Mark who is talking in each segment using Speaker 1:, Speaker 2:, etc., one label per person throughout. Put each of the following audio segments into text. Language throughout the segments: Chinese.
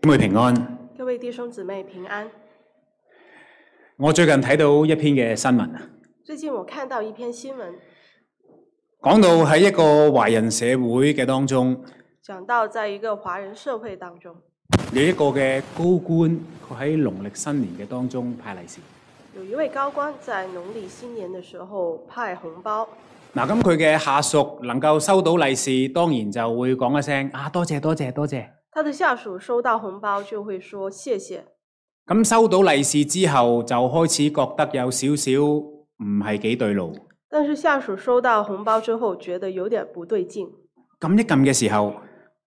Speaker 1: 姊妹平安，
Speaker 2: 各位弟兄姊妹平安。
Speaker 1: 我最近睇到一篇嘅新聞啊，
Speaker 2: 最近我看到一篇新聞，
Speaker 1: 講到喺一個華人社會嘅當中，
Speaker 2: 講到在一個華人社會當中，
Speaker 1: 有一個嘅高官，佢喺農曆新年嘅當中派利是。
Speaker 2: 有一位高官在農曆新年的時候派紅包，
Speaker 1: 嗱，咁佢嘅下屬能夠收到利是，當然就會講一聲啊，多謝多謝多謝。
Speaker 2: 他的下屬收到紅包就會說謝謝。
Speaker 1: 咁收到利是之後，就開始覺得有少少唔係幾對路。
Speaker 2: 但是下屬收到紅包之後，覺得有點不對勁，
Speaker 1: 撳一撳嘅時候，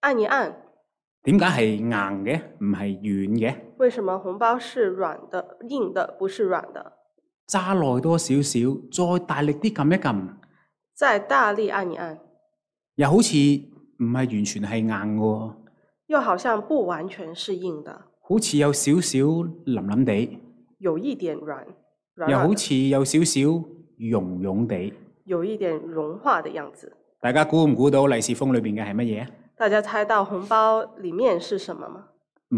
Speaker 2: 按一按，
Speaker 1: 點解係硬嘅，唔係軟嘅？
Speaker 2: 為什麼紅包是軟的、硬的，不是軟的？
Speaker 1: 揸耐多少少，再大力啲撳一撳。
Speaker 2: 再大力按一按，
Speaker 1: 又好似唔係完全係硬嘅喎，
Speaker 2: 又好像不完全是硬的，
Speaker 1: 好似有少少腍腍地，
Speaker 2: 有一點軟，軟
Speaker 1: 又
Speaker 2: 軟
Speaker 1: 好
Speaker 2: 的，
Speaker 1: 似有少少溶溶地。
Speaker 2: 有一點融化的樣子。
Speaker 1: 大家估唔估到利是封裏邊嘅係乜嘢？
Speaker 2: 大家猜到紅包裡面是什麼嗎？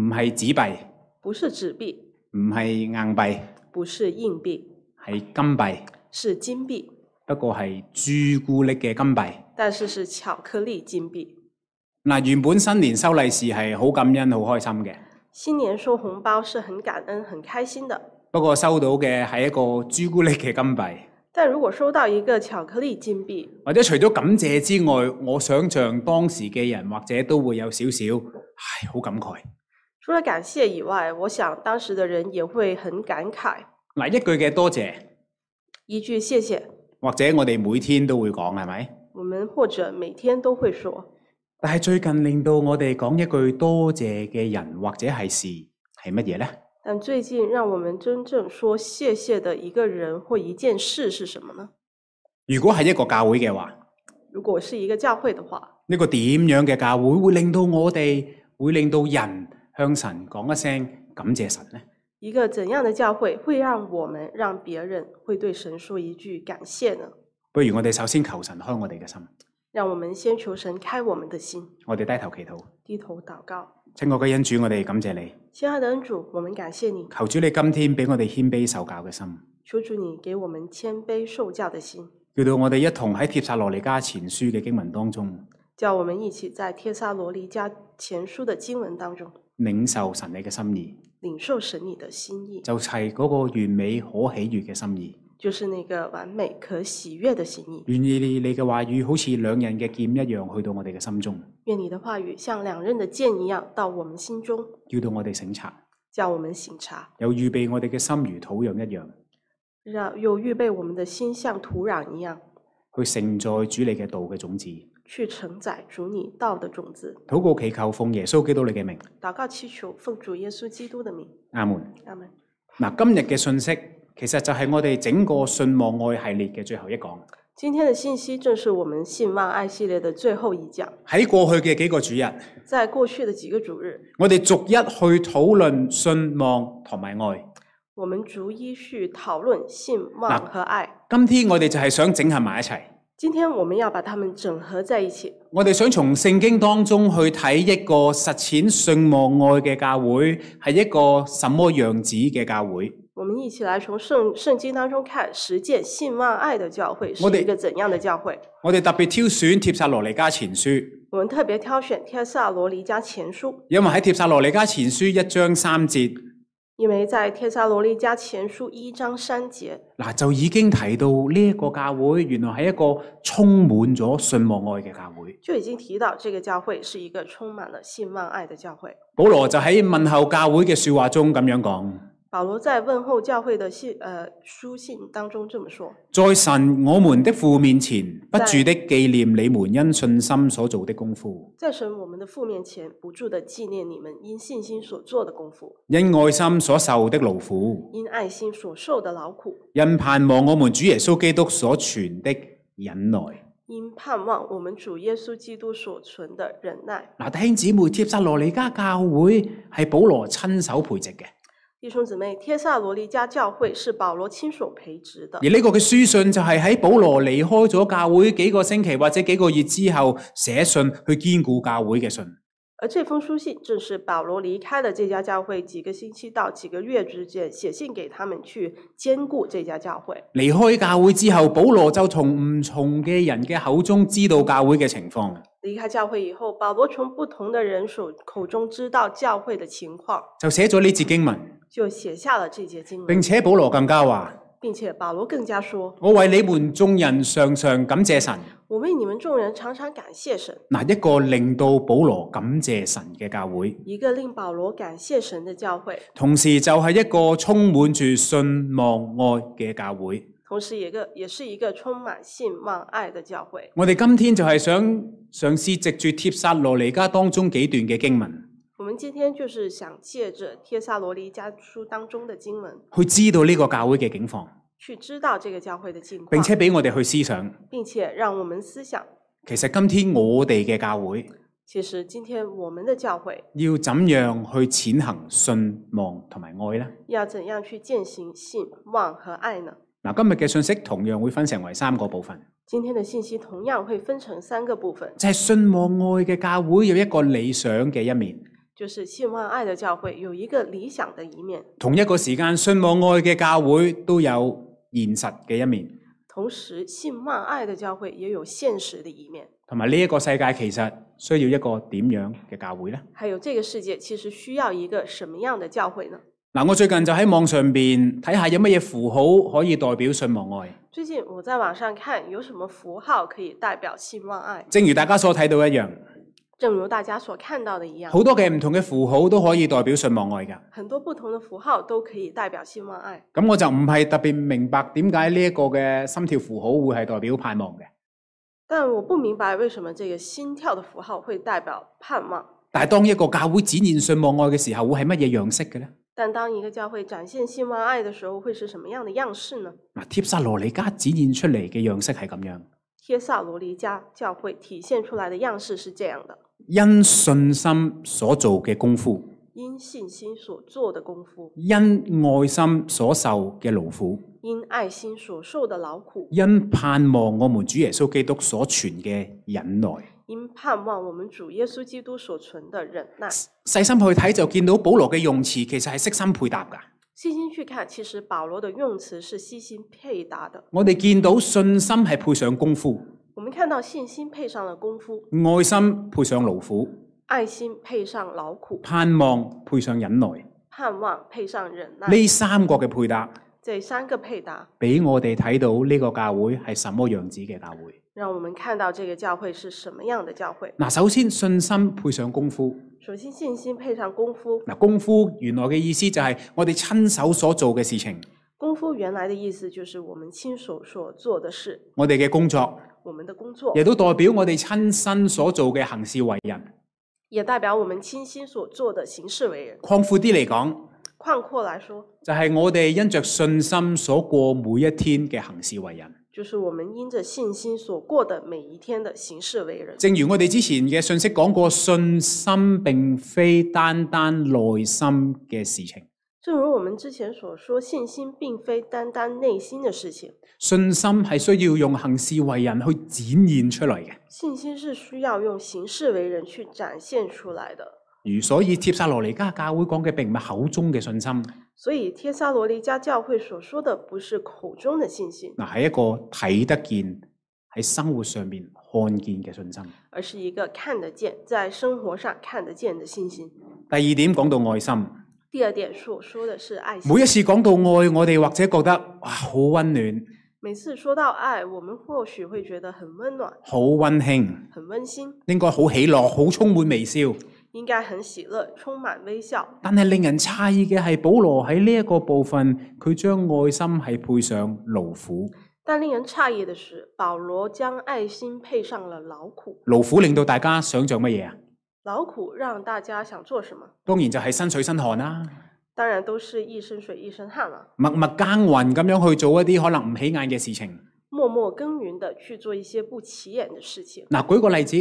Speaker 1: 唔係紙幣，
Speaker 2: 不是紙幣，
Speaker 1: 唔係硬幣，
Speaker 2: 不是硬幣，
Speaker 1: 係金幣，
Speaker 2: 是金幣，
Speaker 1: 不過係朱古力嘅金幣。
Speaker 2: 但是是巧克力金幣。
Speaker 1: 嗱，原本新年收利是係好感恩、好開心嘅，
Speaker 2: 新年收紅包是很感恩、很開心的，
Speaker 1: 不過收到嘅係一個朱古力嘅金幣，
Speaker 2: 但如果收到一個巧克力金幣，
Speaker 1: 或者除咗感謝之外，我想像當時嘅人或者都會有少少，唉，好感慨。
Speaker 2: 除了感謝以外，我想當時的人也會很感慨。
Speaker 1: 嗱，一句嘅多謝，
Speaker 2: 一句謝謝，
Speaker 1: 或者我哋每天都會講，係咪？
Speaker 2: 我們或者每天都會說，
Speaker 1: 但係最近令到我哋講一句多謝嘅人或者係事係乜嘢呢？
Speaker 2: 但最近讓我們真正說謝謝的一個人或一件事是什麼呢？
Speaker 1: 如果係一個教會嘅話，
Speaker 2: 如果是一個教會的話，
Speaker 1: 呢個點樣嘅教會會令到我哋會令到人向神講一聲感謝神呢？
Speaker 2: 一個怎樣的教會會讓我們讓別人会對神说一句感謝呢？
Speaker 1: 不如我哋首先求神開我哋嘅心，
Speaker 2: 让我们先求神開我們的心，
Speaker 1: 我哋低頭祈禱。
Speaker 2: 低頭禱告。
Speaker 1: 親愛嘅恩主，我哋感謝你，
Speaker 2: 親愛的恩主，我們感謝你，
Speaker 1: 求主你今天俾我哋謙卑受教嘅心，
Speaker 2: 求主你給我們謙卑受教的心，
Speaker 1: 叫到我哋一同喺帖撒羅尼加前書嘅經文當中
Speaker 2: 叫我們一起在帖撒羅尼迦前書的經文當中
Speaker 1: 領受神你嘅心意。
Speaker 2: 領受神你的心意，
Speaker 1: 就係嗰個完美可喜悅嘅心意。
Speaker 2: 就是那個完美可喜悅的心意。
Speaker 1: 願意你嘅話語好似兩刃嘅劍一樣，去到我哋嘅心中，
Speaker 2: 願你的話語像兩刃的劍一樣到我們心中，
Speaker 1: 叫到我哋省察，
Speaker 2: 叫我們省察，
Speaker 1: 又預備我哋嘅心如土壤一樣，
Speaker 2: 讓又預備我們的心像土壤一樣。
Speaker 1: 去盛載主你嘅道嘅種子。
Speaker 2: 去承載主你道的种子。
Speaker 1: 禱告祈求奉耶穌基督你嘅名，
Speaker 2: 祷告祈求，奉主耶稣基督的名，
Speaker 1: 阿門。
Speaker 2: 阿門。
Speaker 1: 嗱，今日嘅信息其實就係我哋整個信望愛系列嘅最後一講。
Speaker 2: 今天的信息正是我們信望愛系列的最後一講。
Speaker 1: 喺過去嘅幾個主日，
Speaker 2: 在過去的幾個主日，
Speaker 1: 我哋逐一去討論信望同埋愛。
Speaker 2: 我們逐一去討論信望和愛。
Speaker 1: 今天我哋就係想整合埋一齊。
Speaker 2: 今天我們要把它們整合在一起。
Speaker 1: 我哋想從聖經當中去睇一個實踐信望愛嘅教會係一個什麼樣子嘅教會？
Speaker 2: 我們一起來從聖聖經當中看實踐信望愛的教會是
Speaker 1: 我哋
Speaker 2: 一個怎樣的教會。
Speaker 1: 我哋特別挑選帖撒羅尼加前書，
Speaker 2: 我們特別挑選帖撒羅尼迦前書，
Speaker 1: 因為喺帖撒羅尼加前書一章三節
Speaker 2: 因為在帖撒羅尼迦前書一章三節
Speaker 1: 嗱就已經提到呢一個教會原來係一個充滿咗信望愛嘅教會。
Speaker 2: 就已經提到，這個教會是一個充滿了信望愛的教會。
Speaker 1: 保羅就喺問候教會嘅説話中咁樣講：
Speaker 2: 保羅在問候教會的信呃書信當中這麼說：
Speaker 1: 在神我們的父面前，不住的紀念你們因信心所做的功夫。
Speaker 2: 在神我們的父面前，不住地紀念你們因信心所做的功夫，
Speaker 1: 因愛心所受的勞苦，
Speaker 2: 因愛心所受的劳苦，
Speaker 1: 因盼望我們主耶穌基督所傳的忍耐。
Speaker 2: 因盼望我們主耶穌基督所存的忍耐。
Speaker 1: 嗱，弟兄姊妹，帖撒羅尼加教會係保羅親手培植嘅，
Speaker 2: 弟兄姊妹，帖撒羅尼迦教會是保羅親手培植的
Speaker 1: 而。呢個嘅書信就係喺保羅離開咗教會幾個星期或者幾個月之後寫信去堅固教會嘅信。
Speaker 2: 而这封书信正是保罗离开了这家教会几个星期到几个月之间，写信给他们去兼顾这家教会。
Speaker 1: 離開教會之後，保羅就從唔同嘅人嘅口中知道教會嘅情況。
Speaker 2: 离开教会以后，保罗从不同的人手口中知道教会的情况，
Speaker 1: 就寫咗呢節經文。
Speaker 2: 就写下了这节经文，
Speaker 1: 並且保羅更加話：
Speaker 2: 并且保罗更加说
Speaker 1: 我為你們眾人常常感謝神。：“
Speaker 2: 我为你们众人常常感谢神。
Speaker 1: 嗱，一個令到保羅感謝神嘅教會，”
Speaker 2: 一个令保罗感谢神的教会，
Speaker 1: 同時就係一個充滿住信望愛嘅教會。
Speaker 2: 同时一个也是一个充满信望爱的教会。
Speaker 1: 我哋今天就係想嘗試藉住帖撒羅尼加當中幾段嘅經文，
Speaker 2: 我们今天就是想借着帖撒罗尼迦书当中的经文，
Speaker 1: 去知道呢個教會嘅境況，
Speaker 2: 去知道这个教会的境况，
Speaker 1: 並且俾我哋去思想。
Speaker 2: 并且让我们思想，
Speaker 1: 其實今天我哋嘅教會
Speaker 2: 其实今天我们的教会
Speaker 1: 要怎樣去踐行信望同埋愛呢？
Speaker 2: 要怎样去践行信望和爱呢？
Speaker 1: 嗱，今日嘅信息同樣會分成為三個部分，
Speaker 2: 今天的信息同样会分成三个部分，
Speaker 1: 就係信望愛嘅教會有一個理想嘅一面，
Speaker 2: 就是信望爱的教会有一个理想的一面，
Speaker 1: 同一個時間信望愛嘅教會都有現實嘅一面，
Speaker 2: 同时信望爱的教会也有现实的一面。
Speaker 1: 同埋呢一個世界其實需要一個點樣嘅教會呢？
Speaker 2: 还有这个世界其实需要一个什么样的教会呢？
Speaker 1: 嗱，我最近就喺網上邊睇下有乜嘢符號可以代表信望愛，
Speaker 2: 最近我在网上看有什么符号可以代表信望爱，
Speaker 1: 正如大家所睇到一樣，
Speaker 2: 正如大家所看到的一样，
Speaker 1: 好多嘅唔同嘅符號都可以代表信望愛㗎。
Speaker 2: 很多不同的符号都可以代表信望爱。
Speaker 1: 咁我就唔係特別明白點解呢一個嘅心跳符號會係代表盼望嘅，
Speaker 2: 但我不明白为什么这个心跳的符号会代表盼望，
Speaker 1: 但係當一個教會展現信望愛嘅時候，會係乜嘢樣式嘅呢？
Speaker 2: 但当一个教会展现信望爱的时候，会是什么样的样式呢？
Speaker 1: 嗱，帖撒羅尼加展現出嚟嘅樣式係咁樣，
Speaker 2: 帖萨罗尼迦教会体现出来的样式是这样的：
Speaker 1: 因信心所做嘅功夫，
Speaker 2: 因信心所做的功夫，
Speaker 1: 因愛心所受嘅勞苦，
Speaker 2: 因爱心所受的劳苦，
Speaker 1: 因盼望我們主耶穌基督所傳嘅忍耐。
Speaker 2: 因盼望我们主耶稣基督所存的忍耐。
Speaker 1: 細心去睇就見到保羅嘅用詞其實係悉心配搭㗎。
Speaker 2: 细心去看，其实保罗的用词是悉心配搭的。
Speaker 1: 我哋見到信心係配上功夫，
Speaker 2: 我们看到信心配上了功夫，
Speaker 1: 愛心配上勞苦。
Speaker 2: 爱心配上劳苦，
Speaker 1: 盼望配上忍耐，
Speaker 2: 盼望配上忍耐，
Speaker 1: 呢三個嘅配搭，
Speaker 2: 这三个配搭，
Speaker 1: 俾我哋睇到呢個教會係什麼樣子嘅教會。
Speaker 2: 让我们看到这个教会是什么样的教会。
Speaker 1: 嗱，首先信心配上功夫。
Speaker 2: 首先，信心配上功夫。
Speaker 1: 嗱，功夫原來嘅意思就係我哋親手所做嘅事情，
Speaker 2: 功夫原来的意思就是我们亲手所做的事，
Speaker 1: 我哋嘅工作，
Speaker 2: 我们的工作
Speaker 1: 亦，都代表我哋親身所做嘅行事為人。
Speaker 2: 也代表我们亲心所做的行事为人。
Speaker 1: 擴闊啲嚟講，
Speaker 2: 旷阔来说，
Speaker 1: 就係我哋因着信心所過每一天嘅行事為人。
Speaker 2: 就是我们因着信心所过的每一天的行事为人。
Speaker 1: 正如我哋之前嘅信息講過，信心並非單單內心嘅事情。
Speaker 2: 正如我们之前所说，信心并非单单内心的事情，
Speaker 1: 信心係需要用行事為人去展現出嚟嘅。
Speaker 2: 信心是需要用行事为人去展现出来的。
Speaker 1: 如所以帖撒羅尼加教會講嘅並唔係口中嘅信心，嗱
Speaker 2: 所以，帖撒罗尼迦教会所说的不是口中的信心，
Speaker 1: 係一個睇得見喺生活上面看見嘅信心。
Speaker 2: 而是一个看得见，在生活上看得见的信心。
Speaker 1: 第二點講到愛心，
Speaker 2: 第二点所说的是爱心。
Speaker 1: 每一次講到愛，我哋或者覺得哇好温暖、
Speaker 2: 每次说到爱，我们或许会觉得很温暖、
Speaker 1: 好温馨，
Speaker 2: 很温馨，
Speaker 1: 應該好喜樂、好充滿微笑。
Speaker 2: 应该很喜乐，充满微笑。
Speaker 1: 但係令人詫異嘅係，保羅喺呢一個部分，佢將愛心係配上勞苦，
Speaker 2: 但令人诧异的是，保罗将爱心配上了劳苦。
Speaker 1: 勞苦令到大家想像乜嘢啊？
Speaker 2: 劳苦让大家想做什么？
Speaker 1: 當然就係身水身汗啦，
Speaker 2: 当然都是一身水一身汗了，
Speaker 1: 默默耕耘咁樣去做一啲可能唔起眼嘅事情。
Speaker 2: 默默耕耘的去做一些不起眼的事情。
Speaker 1: 嗱，舉個例子，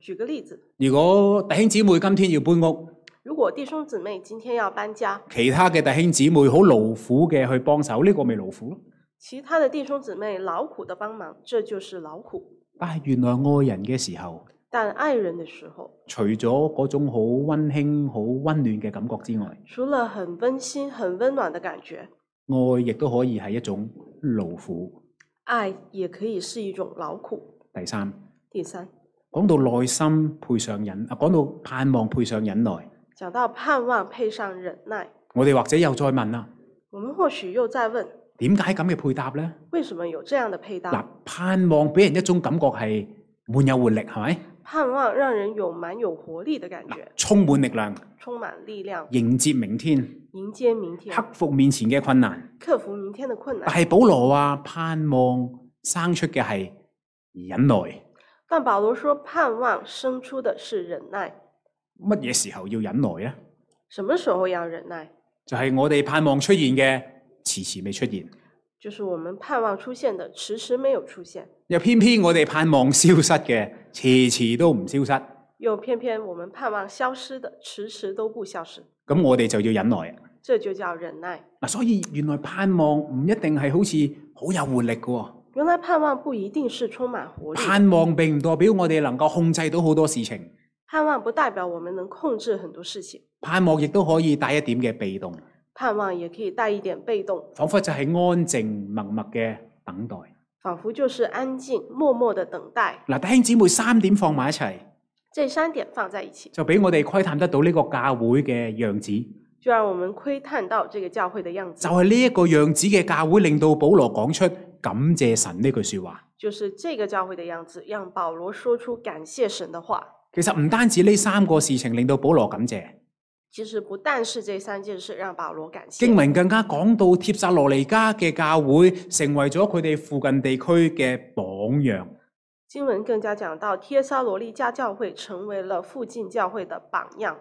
Speaker 2: 举个例子，
Speaker 1: 如果弟兄姊妹今天要搬屋，
Speaker 2: 如果弟兄姊妹今天要搬家，
Speaker 1: 其他嘅弟兄姊妹好勞苦嘅去幫手，呢、個咪勞苦咯。
Speaker 2: 其他的弟兄姊妹劳苦的帮忙，这就是劳苦。
Speaker 1: 但係原來愛人嘅時候，
Speaker 2: 但爱人的时候，
Speaker 1: 除咗嗰種好温馨、好温暖嘅感覺之外，
Speaker 2: 除了很温馨、很温暖的感觉，
Speaker 1: 愛亦都可以係一種勞苦。
Speaker 2: 爱也可以是一种劳苦。
Speaker 1: 第三，
Speaker 2: 第三，
Speaker 1: 講到耐心配上忍，啊，講到盼望配上忍耐，
Speaker 2: 讲到盼望配上忍耐，
Speaker 1: 我哋或者又再問啦，
Speaker 2: 我们或许又在問：
Speaker 1: 點解咁嘅配搭呢？
Speaker 2: 为什么有这样的配
Speaker 1: 嗱
Speaker 2: 搭？，
Speaker 1: 盼望俾人一種感覺係滿有活力，係咪？
Speaker 2: 盼望让人有蛮有活力的感觉，
Speaker 1: 充滿力量，
Speaker 2: 充满力量，
Speaker 1: 迎接明天，
Speaker 2: 迎接明天，
Speaker 1: 克服面前嘅困難。
Speaker 2: 克服明天的困
Speaker 1: 但
Speaker 2: 难。
Speaker 1: 係保羅話，盼望生出嘅係忍耐。
Speaker 2: 但保罗说，盼望生出的是忍耐。
Speaker 1: 乜嘢時候要忍耐呢？
Speaker 2: 什么时候要忍耐？
Speaker 1: 就係我哋盼望出現嘅，遲遲未出現。
Speaker 2: 就是我们盼望出现的，迟迟没有出现；
Speaker 1: 又偏偏我哋盼望消失嘅，遲遲都唔消失。
Speaker 2: 又偏偏我们盼望消失的，迟迟都不消失。
Speaker 1: 咁我哋就要忍耐啊！
Speaker 2: 这就叫忍耐。
Speaker 1: 嗱，所以原來盼望唔一定係好似好有活力嘅喎。
Speaker 2: 原来盼望不一定是充满活力，
Speaker 1: 盼望並唔代表我哋能夠控制到好多事情，
Speaker 2: 盼望不代表我们能控制很多事情，
Speaker 1: 盼望亦都可以帶一點嘅被動，
Speaker 2: 盼望也可以带一点被动，
Speaker 1: 彷彿就係安靜默默嘅等待。
Speaker 2: 仿佛就是安靜默默的等待。
Speaker 1: 嗱，弟兄姊妹三點放埋一齊，
Speaker 2: 这三点放在一起，
Speaker 1: 就俾我哋窺探得到呢個教會嘅樣子。
Speaker 2: 就让我们窥探到这个教会的样子
Speaker 1: 就。係呢一個樣子嘅教會，令到保羅講出感謝神呢句说話。
Speaker 2: 就是这个教会的样子，让保羅说出感谢神的话。
Speaker 1: 其實唔單止呢三個事情令到保羅感謝，
Speaker 2: 其实不但是这三件事让保羅感谢，
Speaker 1: 經文更加講到帖撒羅尼加嘅教會成為咗佢哋附近地區嘅榜樣。
Speaker 2: 经文更加讲到帖撒罗利加教会成为了附近教会的榜样，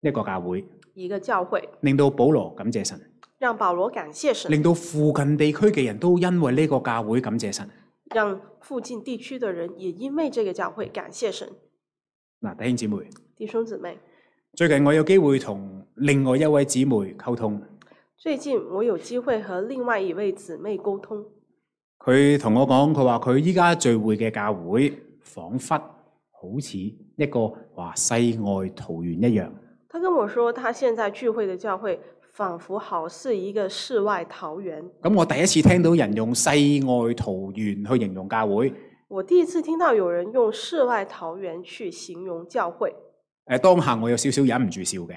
Speaker 1: 一個教會
Speaker 2: 一个教会
Speaker 1: 令到保羅感謝神，
Speaker 2: 让保羅感谢神，
Speaker 1: 令到附近地區嘅人都因為呢個教會感謝神。
Speaker 2: 让附近地区的人也因为这个教会感谢神。
Speaker 1: 嗱，弟兄姊妹，
Speaker 2: 弟兄姊妹，
Speaker 1: 最近我有機會同另外一位姊妹溝通，
Speaker 2: 最近我有机会和另外一位姊妹沟通，
Speaker 1: 佢同我講，佢話佢依家聚會嘅教會，彷彿好似一個話世外桃源一樣。
Speaker 2: 她跟我说，她现在聚会的教会仿佛好似一个世外桃源。
Speaker 1: 咁我第一次聽到人用世外桃源去形容教會。誒、
Speaker 2: 我第一次听到有人用世外桃源去形容教会，
Speaker 1: 呃當下我有少少忍唔住笑嘅，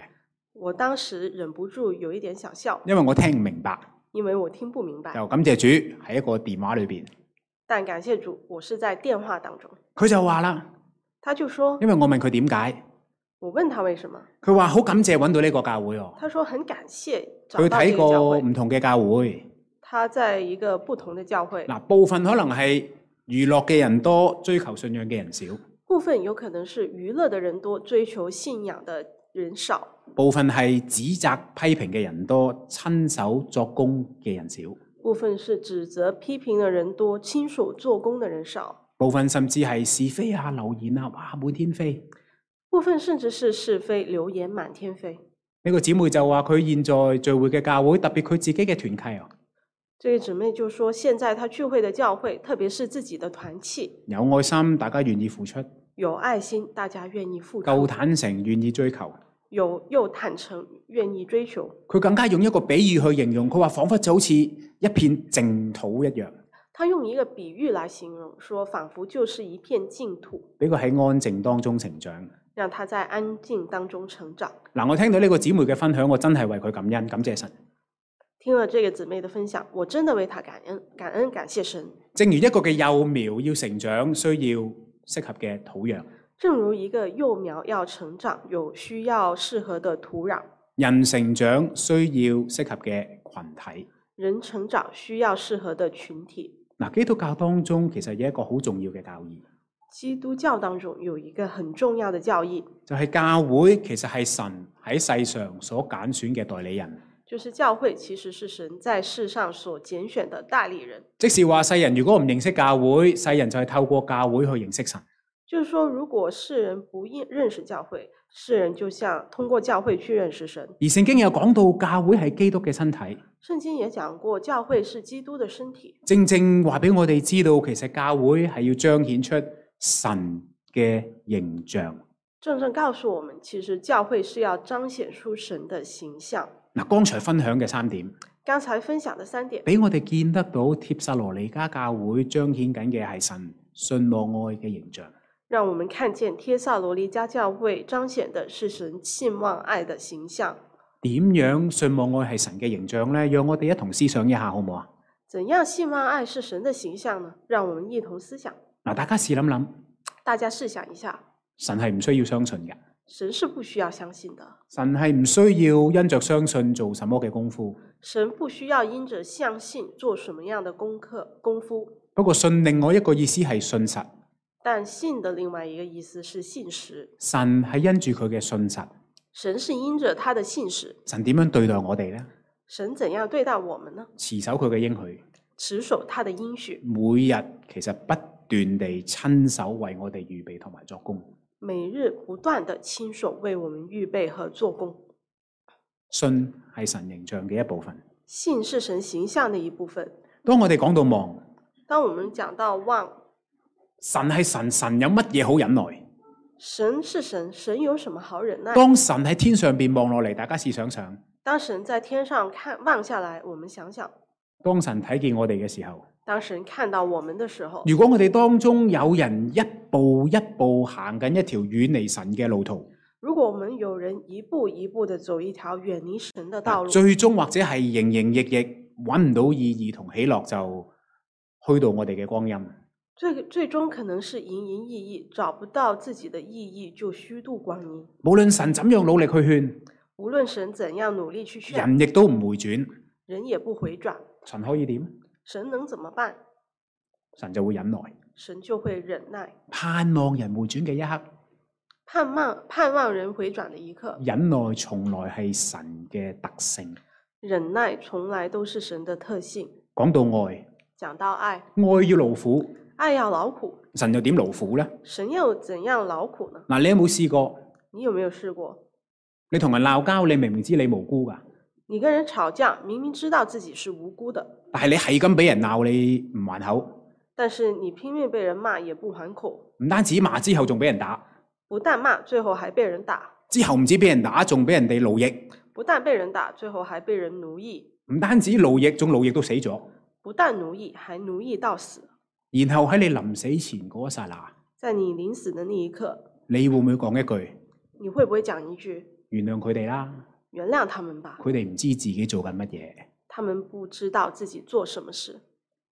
Speaker 2: 我当时忍不住有一点想笑，
Speaker 1: 因為我聽唔明白。
Speaker 2: 因为我听不明白。
Speaker 1: 就感謝主喺一個電話裏邊，
Speaker 2: 但感谢主，我是在电话当中。
Speaker 1: 佢就話啦，
Speaker 2: 他就说
Speaker 1: 因為我問佢點解，
Speaker 2: 我问他为什么，
Speaker 1: 佢話好感謝揾到呢個教會喎。
Speaker 2: 他说很感谢找
Speaker 1: 佢
Speaker 2: 到这
Speaker 1: 睇
Speaker 2: 个教
Speaker 1: 過
Speaker 2: 会。
Speaker 1: 唔同嘅教會，
Speaker 2: 他在一个不同的教会，
Speaker 1: 嗱部分可能係娛樂嘅人多，追求信仰嘅人少。
Speaker 2: 部分有可能是娱乐的人多，追求信仰的人少；
Speaker 1: 部分係指責批評嘅人多，親手作工嘅人少；
Speaker 2: 部分是指责批评的人多，亲属做工的人少；
Speaker 1: 部分甚至係是非啊、流言啊，哇滿天飛。呢、
Speaker 2: 部分甚至是是非流言满天飞。
Speaker 1: 個姊妹就話：佢現在聚會嘅教會，特別佢自己嘅團契啊，
Speaker 2: 这位姊妹就说，现在她聚会的教会，特别是自己的团契，
Speaker 1: 有愛心，大家願意付出，
Speaker 2: 有爱心，大家愿意付
Speaker 1: 夠
Speaker 2: 出，
Speaker 1: 坦誠，願意追求。
Speaker 2: 有又坦诚，愿意追求。
Speaker 1: 佢更加用一個比喻去形容，佢話彷彿就好似一片淨土一樣，
Speaker 2: 她用一个比喻来形容，说仿佛就是一片净土，
Speaker 1: 俾佢喺安靜當中成長。
Speaker 2: 让她在安静当中成长。
Speaker 1: 嗱，我聽到呢個姊妹嘅分享，我真係為佢感恩，感謝神。
Speaker 2: 听了这个姊妹的分享，我真的为她感恩，感恩感谢神。
Speaker 1: 正如一個嘅幼苗要成長，需要適合嘅土壤。
Speaker 2: 正如一个幼苗要成长，有需要适合的土壤；
Speaker 1: 人成長需要適合嘅群體。
Speaker 2: 人成长需要适合的群体。
Speaker 1: 嗱，基督教當中其實有一個好重要嘅教義，
Speaker 2: 基督教当中有一个很重要的教义，
Speaker 1: 就係、教會其實係神喺世上所揀選嘅代理人。
Speaker 2: 就是教会其实是神在世上所拣选的代理人。
Speaker 1: 即是話世人如果唔認識教會，世人就係透過教會去認識神。
Speaker 2: 就是说，如果世人不认认识教会，世人就像通过教会去认识神。
Speaker 1: 而聖經又講到教會係基督嘅身體，
Speaker 2: 圣经也讲过，教会是基督的身体，
Speaker 1: 正正話俾我哋知道，其實教會係要彰顯出神嘅形象。
Speaker 2: 正正告诉我们，其实教会是要彰显出神的形象。
Speaker 1: 嗱，剛才分享嘅三點，
Speaker 2: 刚才分享的三点，
Speaker 1: 俾我哋見得到帖撒羅尼加教會彰顯緊嘅係神信望愛嘅形象。
Speaker 2: 让我们看见帖萨罗尼迦教会彰显的是神信望爱的形象。
Speaker 1: 點樣信望愛係神嘅形象呢？讓我哋一同思想一下，好唔好啊？
Speaker 2: 怎样信望爱是神的形象呢？让我们一同思想。
Speaker 1: 嗱，大家試諗諗，
Speaker 2: 大家试想一下，
Speaker 1: 神係唔需要相信嘅，
Speaker 2: 神是不需要相信的，
Speaker 1: 神係唔需要因着相信做什麼嘅功夫。
Speaker 2: 神不需要因着相信做什么样的功课功夫。
Speaker 1: 不過信另外一個意思係信實，
Speaker 2: 但信的另外一个意思是信实，
Speaker 1: 神係因住佢嘅信實，
Speaker 2: 神是因着他的信实，
Speaker 1: 神點樣對待我哋呢？
Speaker 2: 神怎样对待我们呢？
Speaker 1: 持守佢嘅應許，
Speaker 2: 持守他的应许，
Speaker 1: 每日其實不斷地親手為我哋預備同埋作工。
Speaker 2: 每日不断的亲手为我们预备和做工。
Speaker 1: 信係神形象嘅一部分。
Speaker 2: 信是神形象的一部分。
Speaker 1: 當我哋講到望，
Speaker 2: 当我们讲到望，
Speaker 1: 神係神，神有乜嘢好忍耐？
Speaker 2: 神是神，神有什么好忍耐？
Speaker 1: 當神喺天上邊望落嚟，大家試想想，
Speaker 2: 当神在天上看望下来，我们想想，
Speaker 1: 當神睇見我哋嘅時候，
Speaker 2: 当神看到我们的时候，
Speaker 1: 如果我哋當中有人一步一步行緊一條遠離神嘅路途，
Speaker 2: 如果我们有人一步一步的走一条远离神的道路，
Speaker 1: 最終或者係營營役役揾唔到意義同喜樂，就虛度我哋嘅光陰。
Speaker 2: 最最终可能是营营役役，找不到自己的意义，就虚度光阴。
Speaker 1: 無論神怎樣努力去勸，
Speaker 2: 无论神怎样努力去劝，人
Speaker 1: 人亦都唔回轉。
Speaker 2: 也不回转。
Speaker 1: 神可以點？
Speaker 2: 神能怎么办？
Speaker 1: 神就會忍耐，
Speaker 2: 神就会忍耐，
Speaker 1: 盼望人回轉嘅一刻，
Speaker 2: 盼望盼望人回转的一刻。
Speaker 1: 忍耐從來係神嘅特性。
Speaker 2: 忍耐从来都是神的特性。
Speaker 1: 講到愛，
Speaker 2: 讲到爱，
Speaker 1: 愛要勞苦，
Speaker 2: 爱要劳苦，
Speaker 1: 神又點勞苦呢？
Speaker 2: 神又怎样劳苦呢？
Speaker 1: 嗱，你有冇試過？
Speaker 2: 你有没有试过？
Speaker 1: 你同人鬧交，你明明知你無辜㗎，
Speaker 2: 你跟人吵架，明明知道自己是无辜的，
Speaker 1: 但係你係咁俾人鬧，你唔還口，
Speaker 2: 但是你拼命被人骂也不还口，
Speaker 1: 唔單止罵之後，仲俾人打，
Speaker 2: 不但骂，最后还被人打，
Speaker 1: 之後唔止俾人打，仲俾人哋勞役，
Speaker 2: 不但被人打，最后还被人奴役，
Speaker 1: 唔單止勞役，仲勞役到死咗。
Speaker 2: 不但奴役，还奴役到死。
Speaker 1: 然後喺你臨死前嗰一剎那，
Speaker 2: 在你临死的那一刻，
Speaker 1: 你會唔會講一句
Speaker 2: 你会不会讲一句
Speaker 1: 原諒佢哋啦？
Speaker 2: “原谅他们吧
Speaker 1: 佢哋唔知自己做緊乜嘢。”？
Speaker 2: 他们不知道自己做什么事。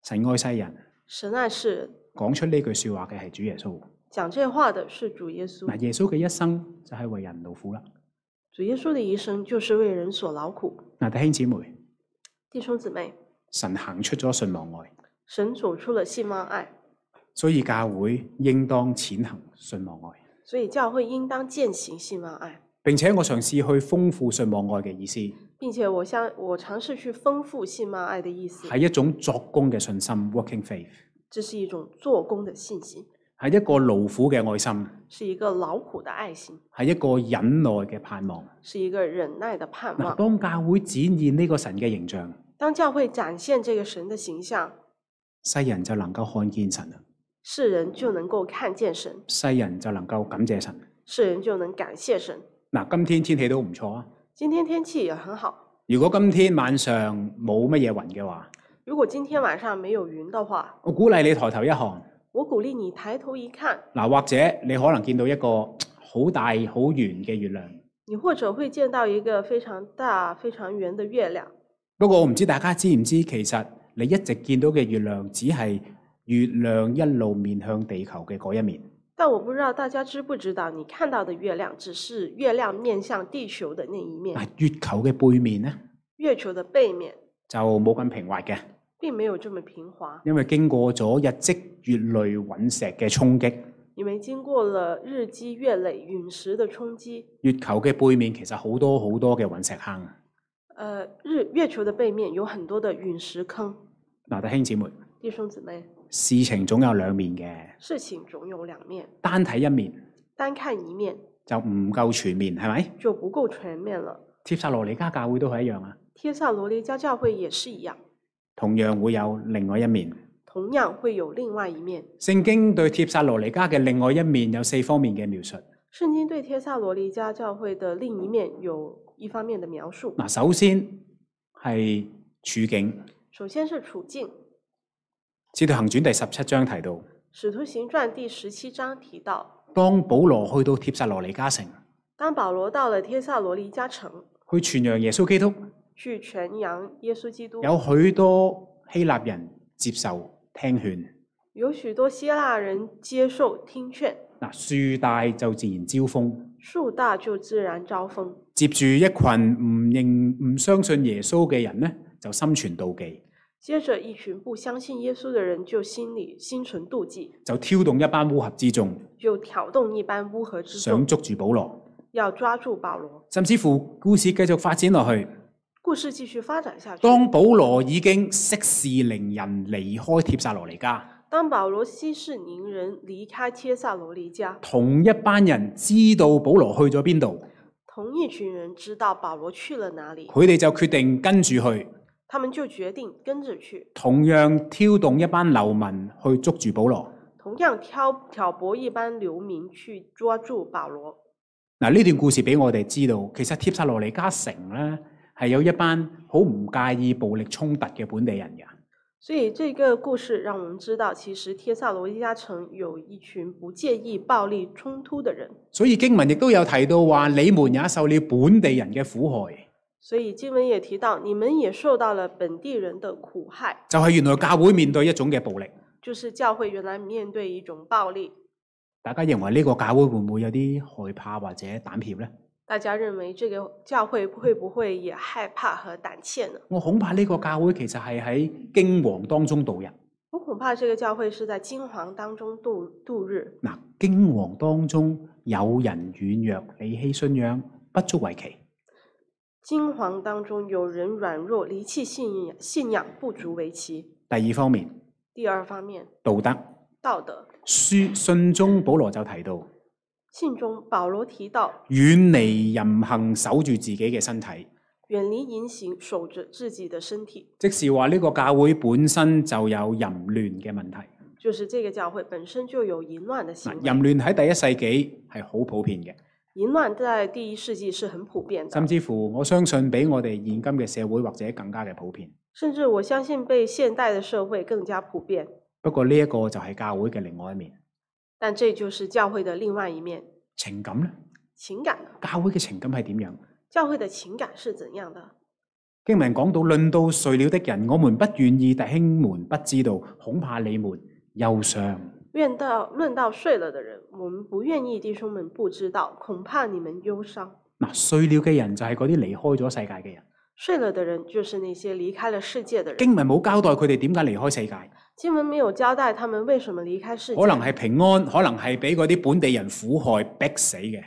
Speaker 1: 神愛世人，
Speaker 2: 神爱世人，
Speaker 1: 講出呢句説話嘅係主耶穌。
Speaker 2: 讲这话的是主耶稣。
Speaker 1: 嗱，耶穌嘅一生就係為人勞苦啦。
Speaker 2: 主耶稣的一生就是为人所劳苦。
Speaker 1: 嗱，弟兄姊妹，
Speaker 2: 弟兄姊妹，
Speaker 1: 神行出咗信望愛，
Speaker 2: 神走出了信望爱，
Speaker 1: 所以教會應當踐行信望愛。
Speaker 2: 所以教会应当践行信望爱。
Speaker 1: 並且我嘗試去豐富信望愛嘅意思，
Speaker 2: 并且我相我尝试去丰富信望爱的意思，
Speaker 1: 係一種作工嘅信心 （working faith），
Speaker 2: 这是一种做工的信心，
Speaker 1: 係一個勞苦嘅愛心，
Speaker 2: 是一个劳苦的爱心，
Speaker 1: 係一個忍耐嘅盼望。
Speaker 2: 是一个忍耐的盼
Speaker 1: 嗱，
Speaker 2: 望。
Speaker 1: 當教會展現呢個神嘅形象，
Speaker 2: 当教会展现这个神的形象，
Speaker 1: 世人就能夠看見神啦，啊
Speaker 2: 世人就能够看见神，
Speaker 1: 世人就能夠感謝神。
Speaker 2: 世人就能感谢神。
Speaker 1: 嗱，今天天氣都唔錯啊！
Speaker 2: 今天天气也很好，
Speaker 1: 如果今天晚上冇乜嘢雲嘅話，
Speaker 2: 如果今天晚上没有云的话，
Speaker 1: 我鼓勵你抬頭一看。
Speaker 2: 我鼓励你抬头一看，
Speaker 1: 嗱，或者你可能見到一個好大好圓嘅月亮。
Speaker 2: 你或者会见到一个非常大、非常圆的月亮。
Speaker 1: 不過我唔知大家知唔知，其實你一直見到嘅月亮只係月亮一路面向地球嘅嗰一面。
Speaker 2: 但我不知道大家知不知道，你看到的月亮只是月亮面向地球的那一面
Speaker 1: 嗱，，啊月球嘅背面呢，
Speaker 2: 月球的背面
Speaker 1: 就冇咁平滑嘅，
Speaker 2: 并没有这么平滑，
Speaker 1: 因為經過咗日積月累隕石嘅衝擊，
Speaker 2: 因为经过了日积月累、陨石的冲击，
Speaker 1: 月球嘅背面其實好多好多嘅隕石坑。
Speaker 2: 呃，日月球的背面有很多的陨石坑。
Speaker 1: 嗱，弟兄姊妹，
Speaker 2: 弟兄姊妹，
Speaker 1: 事情總有兩面嘅，
Speaker 2: 事情总有两面，
Speaker 1: 單睇一面
Speaker 2: 单看一面
Speaker 1: 就唔夠全面，係咪？
Speaker 2: 就不够全面了。
Speaker 1: 帖撒羅尼加教會都係一樣啊，
Speaker 2: 帖萨罗尼迦教会也是一样，
Speaker 1: 同樣會有另外一面。
Speaker 2: 同样会有另外一面。
Speaker 1: 聖經對帖撒羅尼加嘅另外一面有四方面嘅描述。
Speaker 2: 圣经对帖萨罗尼迦教会的另一面有一方面的描述，
Speaker 1: 嗱，首先係處境，
Speaker 2: 首先是处境，《
Speaker 1: 《使徒行傳》第十七章提到，
Speaker 2: 使徒行传》第十七章提到，
Speaker 1: 當保羅去到帖撒羅尼加城，
Speaker 2: 当保罗到了帖萨罗尼迦城
Speaker 1: 去傳揚耶穌基督，
Speaker 2: 去传扬耶稣基督，
Speaker 1: 有許多希臘人接受聽勸。
Speaker 2: 有许多希腊人接受听劝，
Speaker 1: 嗱，樹大就自然招風。
Speaker 2: 树大就自然招风。
Speaker 1: 接住一群唔認唔相信耶穌嘅人呢，就心存妒忌，
Speaker 2: 接着，一群不相信耶稣的人就心里心存妒忌，
Speaker 1: 就挑動一班烏合之眾，
Speaker 2: 就挑动一班乌合之
Speaker 1: 想
Speaker 2: 众，
Speaker 1: 捉住保羅。
Speaker 2: 要抓住保罗。
Speaker 1: 甚至乎故事繼續發展落去。
Speaker 2: 故事继续发展下去。
Speaker 1: 當保羅已經息事寧人離開帖撒羅尼加，
Speaker 2: 当保罗息事宁人离开帖萨罗尼迦，
Speaker 1: 同一班人知道保羅去咗邊度，
Speaker 2: 同一群人知道保罗去了哪里，
Speaker 1: 佢哋就決定跟住去，
Speaker 2: 他们就决定跟着去，
Speaker 1: 同樣挑動一班流民去捉住保羅。
Speaker 2: 同样挑挑拨一班流民去抓住保罗。
Speaker 1: 嗱，呢段故事俾我哋知道，其實帖撒羅尼加城呢係有一班好唔介意暴力衝突嘅本地人嘅。
Speaker 2: 所以这个故事让我们知道，其实帖萨罗尼迦城有一群不介意暴力冲突的人。
Speaker 1: 所以經文亦都有提到話，你們也受了本地人嘅苦害，
Speaker 2: 所以经文也提到，你们也受到了本地人的苦害，
Speaker 1: 就係原來教會面對一種嘅暴力。
Speaker 2: 就是教会原来面對一種暴力。
Speaker 1: 大家認為呢個教會會唔會有啲害怕或者膽怯呢？
Speaker 2: 大家认为这个教会会不会也害怕和胆怯呢？
Speaker 1: 我恐怕呢個教會其實係喺驚惶當中度日。
Speaker 2: 我恐怕这个教会是在惊惶当中度度日。
Speaker 1: 嗱，驚惶當中有人軟弱，離棄信仰，不足為奇。
Speaker 2: 惊惶当中有人软弱，离弃信仰，信仰不足为奇。
Speaker 1: 第二方面，
Speaker 2: 第二方面，
Speaker 1: 道德
Speaker 2: 道德。
Speaker 1: 書信中保羅就提到，
Speaker 2: 信中保罗提到，
Speaker 1: 遠離淫行，守住自己嘅身體，
Speaker 2: 远离淫行，守着自己的身体，
Speaker 1: 即是話呢個教會本身就有淫亂嘅問題。
Speaker 2: 就是这个教会本身就有淫乱的
Speaker 1: 嗱，
Speaker 2: 行为。
Speaker 1: 啊淫亂喺第一世紀係好普遍嘅，
Speaker 2: 淫乱在第一世纪是很普遍的
Speaker 1: 甚，至乎我相信比我哋現今嘅社會或者更加嘅普遍。
Speaker 2: 甚至我相信被现代的社会更加普遍。
Speaker 1: 不過呢一個就係教會嘅另外一面，
Speaker 2: 但这就是教会的另外一面，
Speaker 1: 情感咧，
Speaker 2: 情感呢？
Speaker 1: 教會嘅情感係點樣？
Speaker 2: 教会的情感是怎样的？
Speaker 1: 經文講到，論到睡了的人，我們不願意，弟兄們不知道，恐怕你們憂傷。
Speaker 2: 愿到论到睡了的人，我们不愿意弟兄们不知道，恐怕你们忧伤。
Speaker 1: 嗱，睡了嘅人就係嗰啲離開咗世界嘅人。
Speaker 2: 睡了的人就是那些离开了世界的人。
Speaker 1: 經文冇交代佢哋點解離開世界，
Speaker 2: 经文没有交代他们为什么离开世界，
Speaker 1: 可能係平安，可能係俾嗰啲本地人苦害逼死嘅。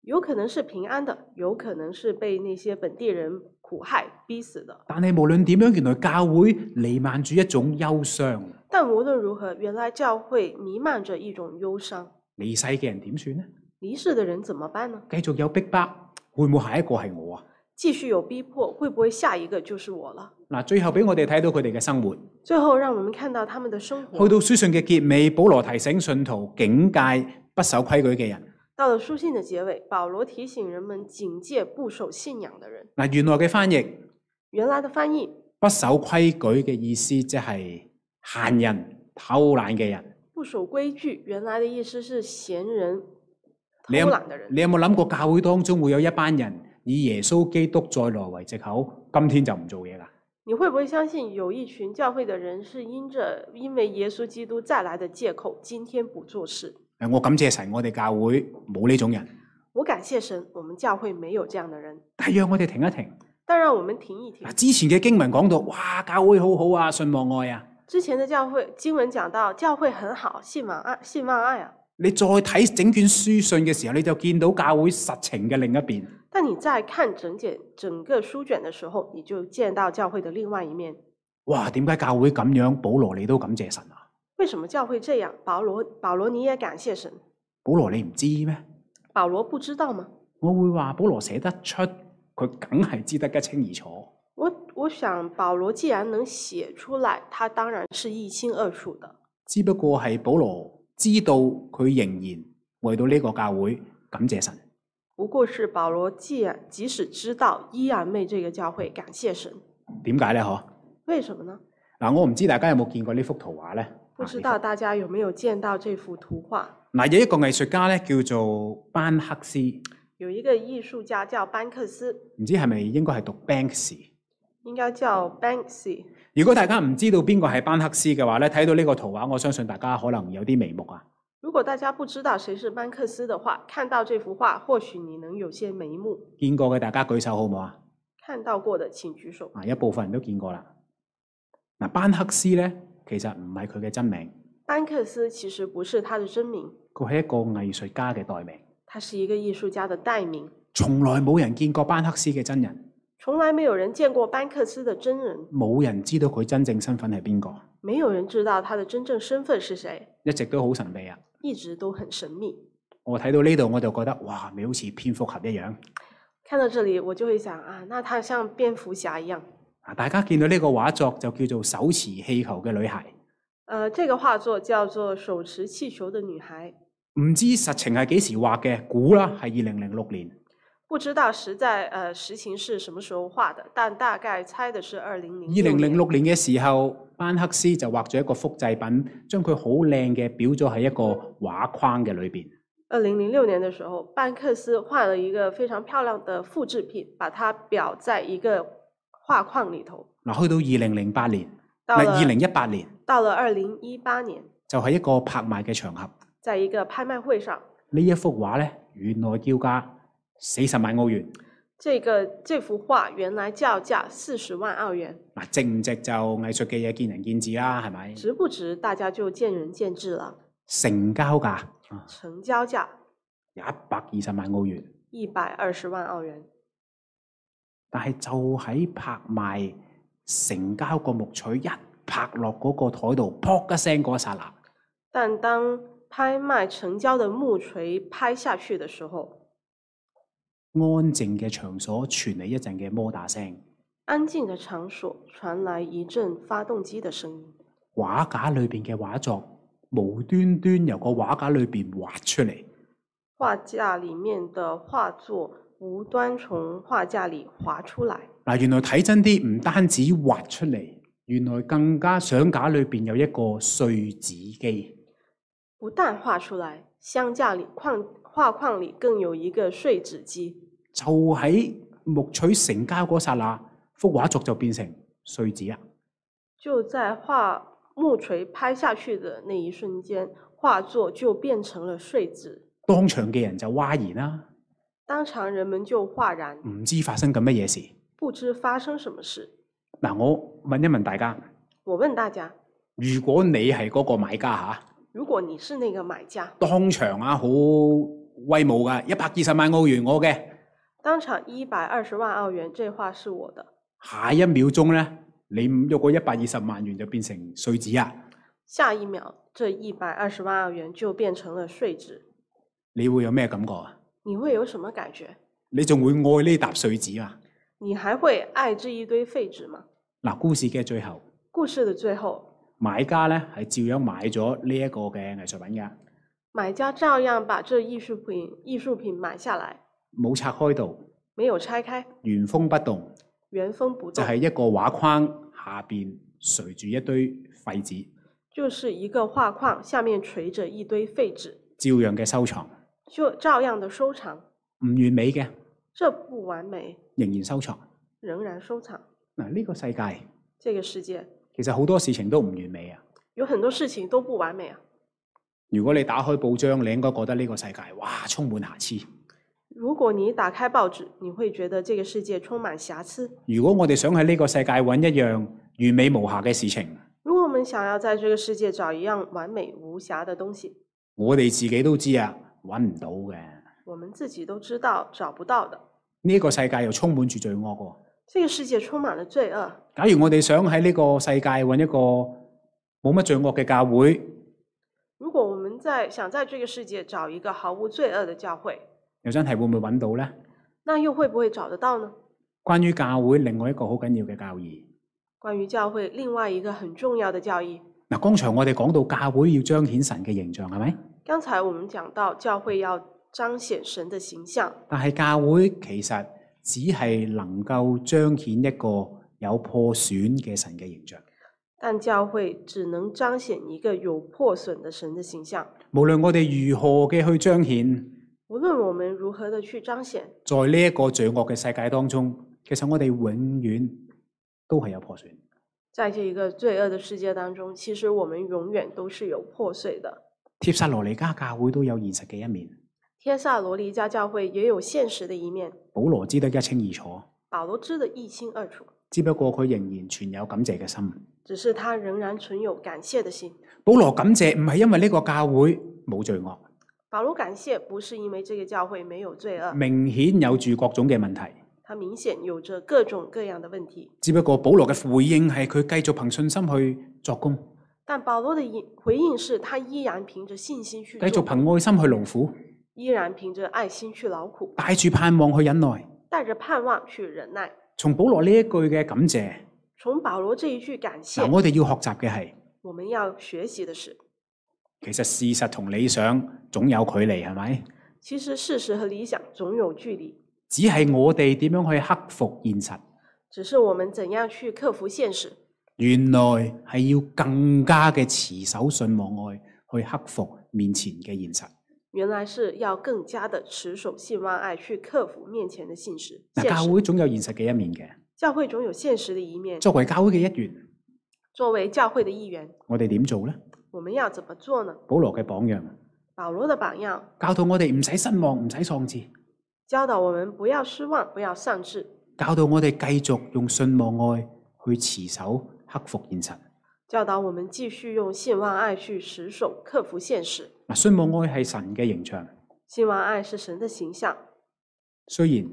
Speaker 2: 有可能是平安的，有可能是被那些本地人苦害逼死的。
Speaker 1: 但係無論點樣，原來教會瀰漫住一種憂傷。
Speaker 2: 但无论如何，原来教会弥漫着一种忧伤。
Speaker 1: 離世嘅人點算呢？
Speaker 2: 离世的人怎么办呢？
Speaker 1: 繼續有逼迫，會唔會下一個係我啊？
Speaker 2: 继续有逼迫，会不会下一个就是我了？
Speaker 1: 嗱，最後俾我哋睇到佢哋嘅生活。
Speaker 2: 最后，让我们看到他们的生
Speaker 1: 去
Speaker 2: 活。
Speaker 1: 到書信嘅結尾，保羅提醒信徒警戒不守規矩嘅人。
Speaker 2: 到了书信的结尾，保罗提醒人们警戒不守信仰的人。
Speaker 1: 嗱，原來嘅翻譯
Speaker 2: 原来的翻译
Speaker 1: 不守規矩嘅意思，即係閒人、偷懶嘅人。
Speaker 2: “不守规矩”，原来的意思是闲人、偷
Speaker 1: 你有
Speaker 2: 懒的人。
Speaker 1: 你有冇諗過教會當中會有一班人以耶穌基督再來為藉口，今天就唔做嘢啦？
Speaker 2: 你会不会相信有一群教会的人是因着因为耶稣基督再来的借口，今天不做事？
Speaker 1: 誒，我感謝神，我哋教會冇呢種人。
Speaker 2: 我感谢神，我们教会没有这样的人。
Speaker 1: 但係讓我哋停一停。
Speaker 2: 但让我们停一停
Speaker 1: 嗱，。之前嘅經文講到，哇，教會好好啊，信望愛啊。
Speaker 2: 之前的教会经文讲到，教会很好，信望爱，信望爱啊。
Speaker 1: 你再睇整卷書信嘅時候，你就見到教會實情嘅另一邊。
Speaker 2: 但你在看整卷整个书卷的时候，你就见到教会的另外一面。
Speaker 1: 哇！點解教會咁樣？保羅你都感謝神啊！
Speaker 2: 为什么教会这样？保罗，保罗你也感谢神。
Speaker 1: 保羅你唔知咩？
Speaker 2: 保罗不知道吗？
Speaker 1: 我會話保羅寫得出，佢梗係知得一清二楚。
Speaker 2: 我我我想保罗既然能写出来，他当然是一清二楚的。
Speaker 1: 只不過係保羅知道佢仍然為到呢個教會感謝神，
Speaker 2: 不过是保罗既然即使知道，依然为这个教会感谢神。
Speaker 1: 點解呢？嗬
Speaker 2: 为什么呢？
Speaker 1: 嗱，我唔知大家有冇見過呢幅圖畫呢？
Speaker 2: 不知道大家有没有见到这幅图画？
Speaker 1: 嗱，有一個藝術家咧叫做班克斯，唔
Speaker 2: 有一个艺术家叫班克斯，
Speaker 1: 知係咪應該係讀 Banksy？
Speaker 2: 应该叫 Banksy。
Speaker 1: 如果大家唔知道邊個係班克斯嘅話咧，睇到呢個圖畫，我相信大家可能有啲眉目啊。
Speaker 2: 如果大家不知道谁是班克斯的话，看到这幅画，或许你能有些眉目。
Speaker 1: 見過嘅大家舉手好唔好啊？
Speaker 2: 看到過的请举手。
Speaker 1: 啊，一部分人都見過啦。嗱，班克斯咧其實唔係佢嘅真名，
Speaker 2: 班克斯其实不是他的真名，
Speaker 1: 佢係一個藝術家嘅代名，
Speaker 2: 他是一个艺术家的代名。
Speaker 1: 從來冇人見過班克斯嘅真人，
Speaker 2: 从来没有人见过班克斯的真人，
Speaker 1: 冇人知道佢真正身份係邊個，
Speaker 2: 没有人知道他的真正身份是谁，
Speaker 1: 一直都好神秘啊。
Speaker 2: 一直都很神秘。
Speaker 1: 我睇到呢度我就覺得，哇！你好似蝙蝠俠一樣。
Speaker 2: 看到这里，我就会想啊，那他像蝙蝠侠一样。
Speaker 1: 啊，大家見到呢個畫作就叫做手持氣球嘅女孩，
Speaker 2: 呃，这个画作叫做《手持气球的女孩》，
Speaker 1: 唔知實情係幾時畫嘅，估啦係二零零六年。
Speaker 2: 不知道实在呃实情是什么时候画的，但大概猜的是二零零
Speaker 1: 二零零六年嘅時候，班克斯就畫咗一個複製品，將佢好靚嘅裱咗喺一個畫框嘅裏邊。
Speaker 2: 二零零六年的时候，班克斯画了一个非常漂亮的复制品，把它裱在一个画框里头。
Speaker 1: 嗱，去到二零零八年，
Speaker 2: 到
Speaker 1: 嗱
Speaker 2: 了
Speaker 1: 二零一八年
Speaker 2: 到了二零一八年，
Speaker 1: 就係一個拍賣嘅場合，
Speaker 2: 在一个拍卖会上，
Speaker 1: 呢一幅畫呢，原來叫價四十萬澳元，
Speaker 2: 这个这幅画原来叫价四十万澳元，
Speaker 1: 嗱值唔值就藝術嘅嘢見仁見智啦，係咪？
Speaker 2: 值不值大家就见仁见智了。
Speaker 1: 成交價啊
Speaker 2: 成交价
Speaker 1: 一百二十萬澳元。
Speaker 2: 一百二十万澳元，
Speaker 1: 但係就喺拍賣成交個木槌一拍落嗰個台度，噗一聲嗰一剎那，
Speaker 2: 但当拍卖成交的木锤拍下去的时候，
Speaker 1: 安靜嘅場所傳嚟一陣嘅摩打聲，
Speaker 2: 安静的场所传来一阵发动机的声音。
Speaker 1: 畫架裏邊嘅畫作無端端由個畫架裏邊畫出嚟，
Speaker 2: 画架里面的画作无端从画架里滑出来。
Speaker 1: 嗱，原來睇真啲，唔單止畫出嚟，原來更加相架裏邊有一個碎紙機。
Speaker 2: 不但画出来，箱架里框画框里更有一个碎纸机。
Speaker 1: 就喺木取成交嗰剎那，幅畫作就變成碎啊紙啦。
Speaker 2: 就在画木锤拍下去的那一瞬间，画作就变成了碎纸。
Speaker 1: 當場嘅人就哗然啦，
Speaker 2: 当场人们就哗然，
Speaker 1: 唔知發生緊乜嘢事。
Speaker 2: 不知發生什么事。
Speaker 1: 嗱，我問一問大家，
Speaker 2: 我问大家，
Speaker 1: 如果你係嗰個買家嚇，
Speaker 2: 如果你是那个買家，
Speaker 1: 當場啊好威武噶，一百二十萬澳元我嘅，
Speaker 2: 当场一百二十万澳元，这画是我的。
Speaker 1: 下一秒鐘咧，你唔喐嗰一百二十萬元就變成碎紙啊！
Speaker 2: 下一秒，这一百二十万澳元就变成了碎纸。
Speaker 1: 你會有咩感覺啊？
Speaker 2: 你会有什么感觉？
Speaker 1: 你仲會愛呢沓碎紙啊？
Speaker 2: 你还会爱这一堆废纸吗？
Speaker 1: 嗱，故事嘅最後，
Speaker 2: 故事的最后，
Speaker 1: 買家咧係照樣買咗呢一個嘅藝術品㗎，
Speaker 2: 买家照样把这艺术品艺术品买下来，
Speaker 1: 冇拆開到，
Speaker 2: 没有拆开，
Speaker 1: 原封不動，
Speaker 2: 原封不
Speaker 1: 就
Speaker 2: 动，
Speaker 1: 係、一個畫框下邊垂住一堆廢紙，
Speaker 2: 就是一个画框，下面垂着一堆废纸，
Speaker 1: 照樣嘅收藏，
Speaker 2: 就照样的收藏。
Speaker 1: 唔完美嘅
Speaker 2: 这不完美，
Speaker 1: 仍然收藏。
Speaker 2: 仍然收藏。
Speaker 1: 嗱，呢個世界
Speaker 2: 这个世界
Speaker 1: 其實好多事情都唔完美啊！
Speaker 2: 有很多事情都不完美啊。
Speaker 1: 如果你打開報章，你應該覺得呢個世界哇充滿瑕疵。
Speaker 2: 如果你打开报纸，你会觉得这个世界充满瑕疵。
Speaker 1: 如果我哋想喺呢個世界揾一樣完美無瑕嘅事情，
Speaker 2: 如果我们想要在这个世界找一样完美无瑕的东西，
Speaker 1: 我哋自己都知啊，揾唔到嘅。
Speaker 2: 我们自己都知道找不到的。
Speaker 1: 呢、個世界又充滿住罪惡喎。
Speaker 2: 这个世界充满了罪恶。
Speaker 1: 假如我哋想喺呢個世界揾一個冇乜罪惡嘅教會，
Speaker 2: 如果我们在想在这个世界找一个毫无罪恶的教会，
Speaker 1: 又真係會唔會揾到呢？
Speaker 2: 那又会不会找得到呢？
Speaker 1: 關於教會另外一個好緊要嘅教義。
Speaker 2: 关于教会另外一个很重要的教义，
Speaker 1: 嗱，剛才我哋講到教會要彰顯神嘅形象，係咪？
Speaker 2: 刚才我们讲到教会要彰显神的形象，
Speaker 1: 但係教會其實只係能夠彰顯一個有破損嘅神嘅形象。
Speaker 2: 但教会只能彰显一个有破损的神的形象。
Speaker 1: 無論我哋如何嘅去彰顯，
Speaker 2: 无论我们如何的去彰显，
Speaker 1: 在呢一個罪惡嘅世界當中，其實我哋永遠都係有破損。
Speaker 2: 在这一个罪恶的世界当中，其实我们永远都是有破碎的。
Speaker 1: 帖撒羅尼加教會都有現實嘅一面，
Speaker 2: 帖萨罗尼迦教会也有现实的一面，
Speaker 1: 保羅知得一清二楚，
Speaker 2: 保罗知得一清二楚，
Speaker 1: 只不過佢仍然存有感謝嘅心。
Speaker 2: 只是他仍然存有感谢的心。
Speaker 1: 保羅感謝唔係因為呢個教會冇罪惡，
Speaker 2: 保罗感谢不是因为这个教会没有罪恶，
Speaker 1: 明顯有住各種嘅問題。
Speaker 2: 他明显有着各种各样的问题，
Speaker 1: 只不過保羅嘅回應係佢繼續憑信心去作工，
Speaker 2: 但保罗的应回應是他依然凭着信心去
Speaker 1: 繼續
Speaker 2: 做
Speaker 1: 憑愛心去勞苦，
Speaker 2: 依然凭着愛心去劳苦，
Speaker 1: 帶住盼望去忍耐。
Speaker 2: 带着盼望去忍耐。
Speaker 1: 從保羅呢一句嘅感謝，
Speaker 2: 从保罗这一句感谢
Speaker 1: 嗱，，我哋要學習嘅係，
Speaker 2: 我们要学习的是，
Speaker 1: 其實事實同理想總有距離，係咪？
Speaker 2: 其实事实和理想总有距离，
Speaker 1: 只係我哋點樣去克服現實，
Speaker 2: 只是我们怎样去克服现实。
Speaker 1: 原來係要更加嘅持守信望愛去克服面前嘅現實。
Speaker 2: 原来是要更加的持守信望爱，去克服面前的现实。
Speaker 1: 嗱，
Speaker 2: 现
Speaker 1: 教
Speaker 2: 实
Speaker 1: 會總有現實嘅一面嘅。
Speaker 2: 教会總有现实的一面。
Speaker 1: 作為教會嘅一員，
Speaker 2: 作为教会的一员，
Speaker 1: 我哋點做呢？
Speaker 2: 我们要怎么做呢？
Speaker 1: 保羅嘅榜樣
Speaker 2: 保罗的榜样
Speaker 1: 教導我哋唔使失望，唔使喪志，
Speaker 2: 教导我们不要失望，不要丧志，
Speaker 1: 教導我哋繼續用信望愛去持守克服現實。
Speaker 2: 教导我们继续用信望爱去持守，克服现实。
Speaker 1: 嗱，信望愛係神嘅形象，
Speaker 2: 信望爱是神的形象，
Speaker 1: 雖然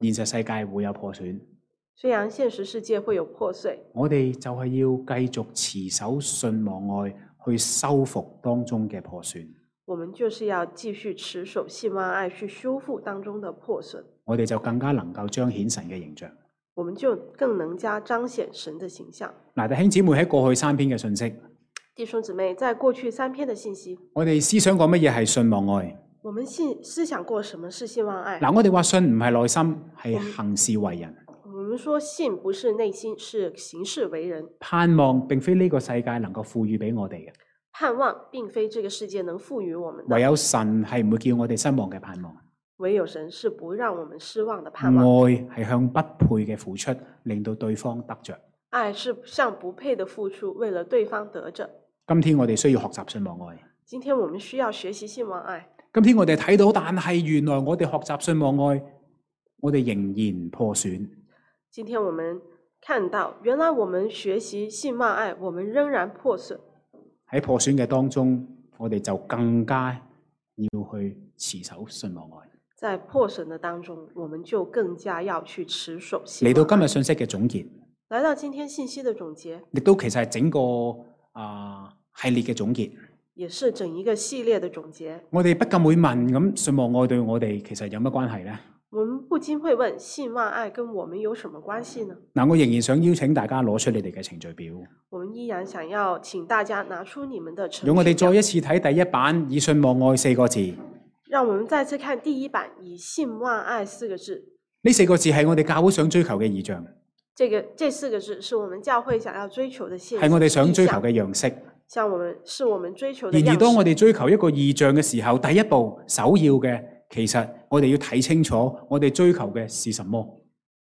Speaker 1: 現實世界會有破損，
Speaker 2: 虽然现实世界会有破碎，
Speaker 1: 我哋就係要繼續持守信望愛去修復當中嘅破損，
Speaker 2: 我们就是要继续持守信望爱去修复当中的破损，
Speaker 1: 我哋就更加能夠彰顯神嘅形象。
Speaker 2: 我们就更能加彰显神的形象。
Speaker 1: 嗱，弟兄姊妹喺過去三篇嘅信息，
Speaker 2: 弟兄姊妹，在過去三篇的信息，
Speaker 1: 我哋思想過乜嘢係信望愛？
Speaker 2: 我们信思想过什么是信望爱？
Speaker 1: 嗱，我哋話信唔係內心，係行事為人。
Speaker 2: 我们说信不是内心，是行事为人。
Speaker 1: 盼望並非呢個世界能夠賦予俾我哋嘅，
Speaker 2: 盼望并非这个世界能赋予我们的，
Speaker 1: 唯有神係唔會叫我哋失望嘅盼望。
Speaker 2: 唯有神是不让我们失望的盼望。
Speaker 1: 愛係向不配嘅付出，令到對方得着。
Speaker 2: 爱是向不配的付出，为了对方得着。
Speaker 1: 今天我哋需要學習信望愛。
Speaker 2: 今天我们需要学习信望爱。
Speaker 1: 今天我哋睇到，但係原來我哋學習信望愛，我哋仍然破損。
Speaker 2: 今天我们看到，原来我们学习信望爱，我们仍然破损。
Speaker 1: 喺破損嘅當中，我哋就更加要去持守信望愛。
Speaker 2: 在破损的当中，我们就更加要去持守信
Speaker 1: 嚟
Speaker 2: 望
Speaker 1: 到今
Speaker 2: 爱
Speaker 1: 日信息嘅總結，
Speaker 2: 来到今天信息的总结，
Speaker 1: 亦都其實係整個啊、系列嘅總結。
Speaker 2: 也是整一个系列的总结。
Speaker 1: 我哋不禁會問：咁信望愛對我哋其實有乜關係呢？
Speaker 2: 我们不禁会问：信望爱跟我们有什么关系呢？
Speaker 1: 嗱，我仍然想邀請大家攞出你哋嘅程序表，
Speaker 2: 我们依然想要请大家拿出你们的程
Speaker 1: 讓我哋
Speaker 2: 序表
Speaker 1: 再一次睇第一版以信望愛四個字。呢
Speaker 2: 让我们再次看第一版，以信望爱四个字。
Speaker 1: 四個字係我哋教會想追求嘅意象，
Speaker 2: 这个这四个字是我们教会想要追求的现
Speaker 1: 係我哋想追求
Speaker 2: 意
Speaker 1: 嘅樣式。
Speaker 2: 向像我们是我們追求的
Speaker 1: 然而，
Speaker 2: 样
Speaker 1: 當我
Speaker 2: 式。
Speaker 1: 哋追求一個意象嘅時候，第一步首要嘅，其實我哋要睇清楚我哋追求嘅是什麼。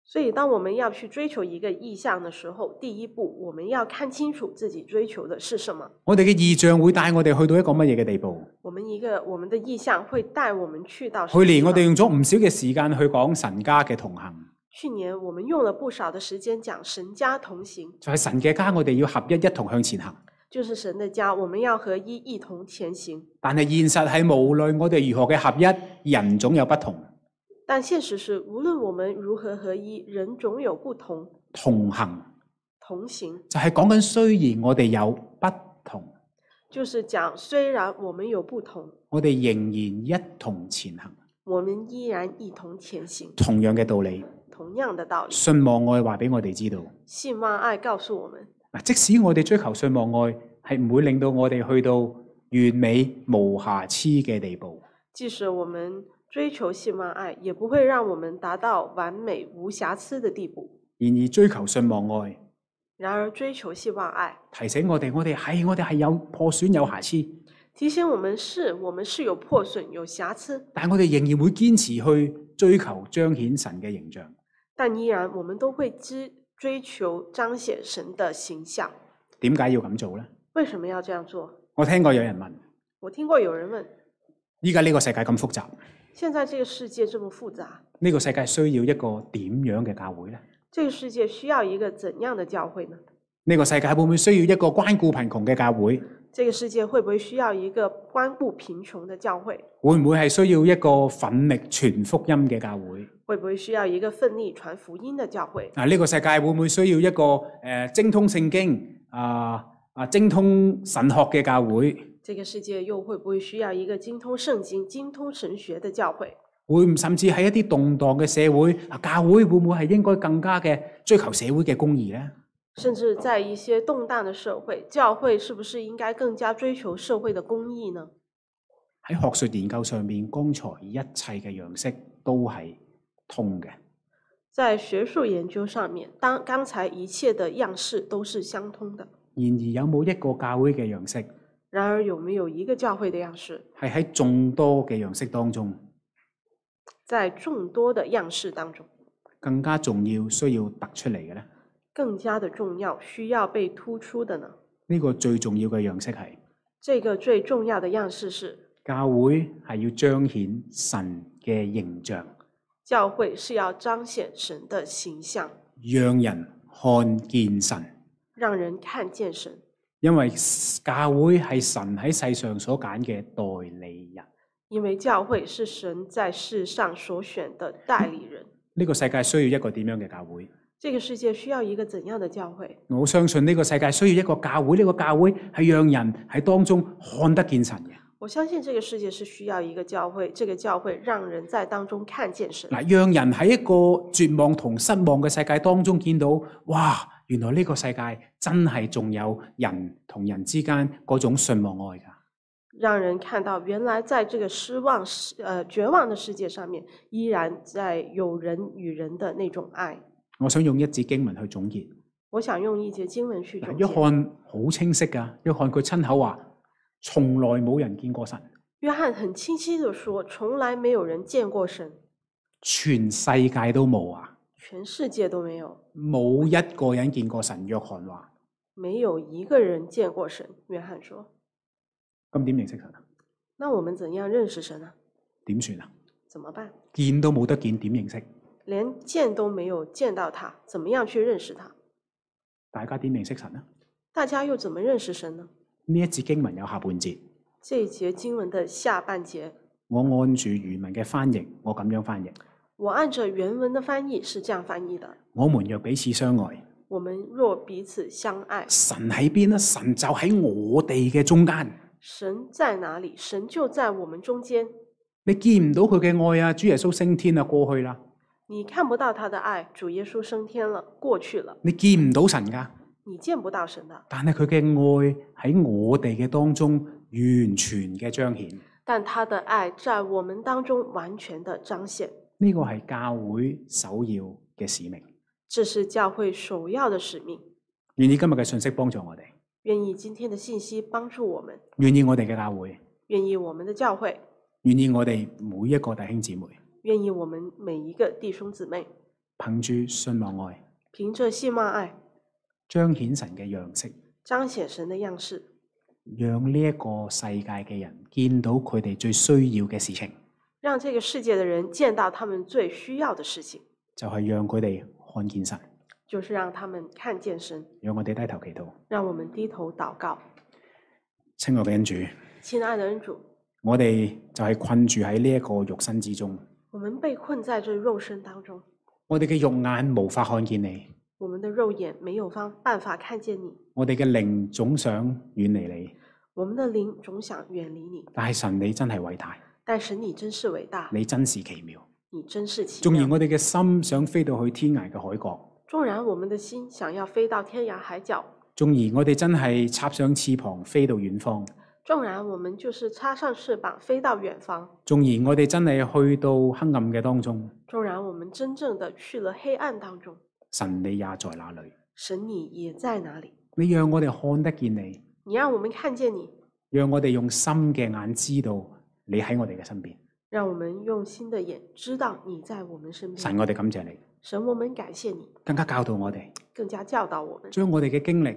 Speaker 2: 所以，当我们要去追求一个意向的时候，第一步我们要看清楚自己追求的是什么。
Speaker 1: 我哋嘅意象會帶我哋去到一個乜嘢嘅地步？
Speaker 2: 我们一个我们的意向会带我们去到什
Speaker 1: 去
Speaker 2: 么地
Speaker 1: 年我
Speaker 2: 方。
Speaker 1: 哋用咗唔少嘅時間去講神家嘅同行，
Speaker 2: 去年我们用了不少的时间讲神家同行，
Speaker 1: 就係神嘅家，我哋要合一，一同向前行。
Speaker 2: 就是神的家，我们要合一一同前行。
Speaker 1: 但係現實係無論我哋如何嘅合一，人總有不同，
Speaker 2: 但现实是，无论我们如何合一，人总有不同。
Speaker 1: 同行
Speaker 2: 同行
Speaker 1: 就係講緊雖然我哋有不同，
Speaker 2: 就是讲，虽然我们有不同，
Speaker 1: 我哋仍然一同前行。
Speaker 2: 我们依然一同前行。
Speaker 1: 同樣嘅道理，
Speaker 2: 同样的道理。
Speaker 1: 信望愛話俾我哋知道，
Speaker 2: 信望愛告訴我們，
Speaker 1: 嗱，即使我哋追求信望愛，係唔會令到我哋去到完美無瑕疵嘅地步。
Speaker 2: 即使我们追求信望愛，也不会让我们达到完美无瑕疵的地步。
Speaker 1: 然而追求信望愛，
Speaker 2: 然而，追求信望愛
Speaker 1: 提醒我哋，我哋係我哋係有破損有瑕疵，
Speaker 2: 提醒我們是，我們是有破損、有瑕疵，
Speaker 1: 但係我哋仍然會堅持去追求彰顯神嘅形象。
Speaker 2: 但依然我們都会知追求彰顯神的形象。
Speaker 1: 點解要咁做呢？
Speaker 2: 为什么要这样做？
Speaker 1: 我聽過有人問：
Speaker 2: 我聽過有人問：
Speaker 1: 依家呢個世界咁複雜，呢、
Speaker 2: 現在這個世界這麼複雜，
Speaker 1: 個世界需要一個點樣嘅教會呢？
Speaker 2: 這個世界需要一個怎樣的教會呢？
Speaker 1: 呢、個世界會唔會需要一個關顧貧窮嘅教會？
Speaker 2: 這個世界會不會需要一個關顧貧窮的教會？
Speaker 1: 會唔會係需要一個奮力傳福音嘅教會？
Speaker 2: 會不會需要一個奮力傳福音的教會？
Speaker 1: 啊，呢、個世界會唔會需要一個誒、呃精通聖經啊啊精通神學嘅教會？
Speaker 2: 這個世界又會不會需要一個精通聖經、精通神學的教會？
Speaker 1: 會唔甚至喺一啲動盪嘅社會，啊教會會唔會係應該更加嘅追求社會嘅公義呢？
Speaker 2: 甚至在一些動盪的社會，教會是不是應該更加追求社會的公義呢？
Speaker 1: 喺學術研究上面，剛才一切嘅樣式都係通嘅。
Speaker 2: 在學術研究上面，當剛才一切的樣式都是相通的。
Speaker 1: 然而有冇一個教會嘅樣式
Speaker 2: 然而，有沒有一個教會的樣式，
Speaker 1: 係喺眾多嘅樣式當中
Speaker 2: 在眾多的樣式當中，
Speaker 1: 更加重要，需要突出嚟嘅呢？
Speaker 2: 更加的重要，需要被突出的呢？
Speaker 1: 呢、個最重要嘅樣式係
Speaker 2: 這個最重要的樣式是，
Speaker 1: 教會係要彰顯神嘅形象，
Speaker 2: 教會是要彰顯神的形象，
Speaker 1: 讓人看見神。
Speaker 2: 讓人看見神。
Speaker 1: 因為教會係神喺世上所揀嘅代理人。
Speaker 2: 因為教會是神在世上所選的代理人。
Speaker 1: 呢、個世界需要一個點樣嘅教會？
Speaker 2: 這個世界需要一個怎樣的教會？
Speaker 1: 我相信呢個世界需要一個教會，呢、個教會係讓人喺當中看得見神嘅。
Speaker 2: 我相信這個世界是需要一個教會，這個教會讓人在當中看見神，
Speaker 1: 嗱，讓人喺一個絕望同失望嘅世界當中見到，哇！原來呢個世界真係仲有人同人之間嗰種信望愛㗎。
Speaker 2: 讓人看到原來在這個失望、世呃絕望的世界上面，依然在有人與人的那種愛。
Speaker 1: 我想用一節經文去總結。
Speaker 2: 我想用一節經文去總
Speaker 1: 嗱，
Speaker 2: 結。
Speaker 1: 約翰好清晰㗎，約翰佢親口話：從來冇人見過神，
Speaker 2: 約翰很清晰地說：“從來沒有人見過神，
Speaker 1: 全世界都冇啊，
Speaker 2: 全世界都沒有，
Speaker 1: 冇一個人見過神。約翰話：
Speaker 2: 沒有一個人見過神。”約翰說
Speaker 1: 咁點認識神啊？：“
Speaker 2: 那我們怎樣認識神呢、
Speaker 1: 點算啊？
Speaker 2: 怎麼辦？
Speaker 1: 見都冇得見，點認識？
Speaker 2: 連見都沒有見到他，怎麼樣去認識他？
Speaker 1: 大家點認識神啊？
Speaker 2: 大家又怎麼認識神呢？”
Speaker 1: 呢一節經文有下半節。
Speaker 2: 這一節經文的下半節，
Speaker 1: 我按住原文嘅翻譯，我咁樣翻譯：
Speaker 2: 我按着原文的翻譯是這樣翻譯的：
Speaker 1: 我們若彼此相愛，
Speaker 2: 我們若彼此相愛，
Speaker 1: 神喺邊呢？神就喺我哋嘅中間。
Speaker 2: 神在哪裡，神就在我們中間。
Speaker 1: 你見唔到佢嘅愛啊！主耶穌升天啊，過去啦。
Speaker 2: 你看不到他的愛，主耶穌升天了，過去了，
Speaker 1: 你見唔到神㗎，
Speaker 2: 你見不到神的，
Speaker 1: 但係佢嘅愛喺我哋嘅當中完全嘅彰顯。
Speaker 2: 但他的愛在我們當中完全的彰顯。
Speaker 1: 呢個係教會首要嘅使命。
Speaker 2: 這是教會首要的使命。
Speaker 1: 願意今日嘅信息幫助我哋，
Speaker 2: 願意今天的信息幫助我們，
Speaker 1: 願意我哋嘅教會，
Speaker 2: 願意我們的教會，
Speaker 1: 願意我哋每一個弟兄姊妹，
Speaker 2: 願意我們每一個弟兄姊妹，
Speaker 1: 憑住信望愛，
Speaker 2: 憑着信望愛，
Speaker 1: 彰顯神嘅樣式。
Speaker 2: 彰顯神的樣式，
Speaker 1: 讓呢一個世界嘅人見到佢哋最需要嘅事情，
Speaker 2: 讓這個世界的人見到他們最需要的事情，
Speaker 1: 就係、讓佢哋看見神。
Speaker 2: 就是讓他們看見神。
Speaker 1: 讓我哋低頭祈禱，
Speaker 2: 讓我們低頭禱告，
Speaker 1: 親愛嘅恩主，
Speaker 2: 親愛的恩主，
Speaker 1: 我哋就係困住喺呢一個肉身之中，
Speaker 2: 我們被困在這肉身當中，
Speaker 1: 我哋嘅肉眼無法看見你，
Speaker 2: 我們的肉眼沒有方辦法看見你，
Speaker 1: 我哋嘅靈總想遠離你，
Speaker 2: 我們的靈總想遠離你，
Speaker 1: 但係神你真係偉大，
Speaker 2: 但神你真是偉大，
Speaker 1: 你真是奇妙，
Speaker 2: 你真是奇
Speaker 1: 縱
Speaker 2: 妙
Speaker 1: 然。我哋嘅心想飛到去天涯嘅海角，
Speaker 2: 纵然我们的心想要飞到天涯海角，
Speaker 1: 縱然我哋真係插上翅膀飛到遠方，
Speaker 2: 纵然我们就是插上翅膀飞到远方，
Speaker 1: 縱然我哋真係去到黑暗嘅當中，
Speaker 2: 纵然我们真正的去了黑暗当中，
Speaker 1: 神你也在那裏。
Speaker 2: 神你也在哪里？
Speaker 1: 你讓我哋看得見你，
Speaker 2: 你让我们看见你，
Speaker 1: 讓我哋用心嘅眼知道你喺我哋嘅身邊。
Speaker 2: 让我们用心的眼知道你在我们身
Speaker 1: 神，
Speaker 2: 边。
Speaker 1: 我哋感謝你，
Speaker 2: 神，我们感谢你，
Speaker 1: 更加教導我哋，
Speaker 2: 更加教导我们，
Speaker 1: 將我哋嘅經歷，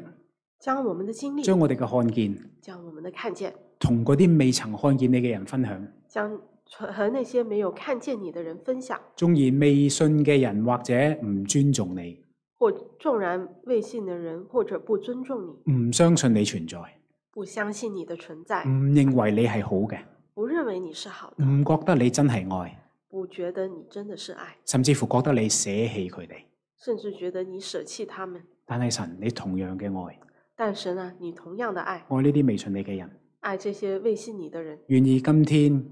Speaker 2: 将我们的经历，
Speaker 1: 將我哋嘅看見，
Speaker 2: 将我们的看见，
Speaker 1: 同嗰啲未曾看見你嘅人分享。
Speaker 2: 将和那些没有看见你的人分享，
Speaker 1: 縱然未信嘅人或者唔尊重你，
Speaker 2: 或纵然未信的人或者不尊重你，
Speaker 1: 唔相信你存在，
Speaker 2: 不相信你的存在
Speaker 1: 唔，認為你係好嘅，
Speaker 2: 不认为你是好的，
Speaker 1: 唔覺得你真係愛，
Speaker 2: 不觉得你真的是爱，
Speaker 1: 甚至乎覺得你捨棄佢哋。
Speaker 2: 甚至觉得你舍弃他们。
Speaker 1: 但係神，你同樣嘅愛，
Speaker 2: 但神啊，你同样的爱，
Speaker 1: 愛呢啲未信你嘅人，
Speaker 2: 爱这些未信你的人。
Speaker 1: 願意今天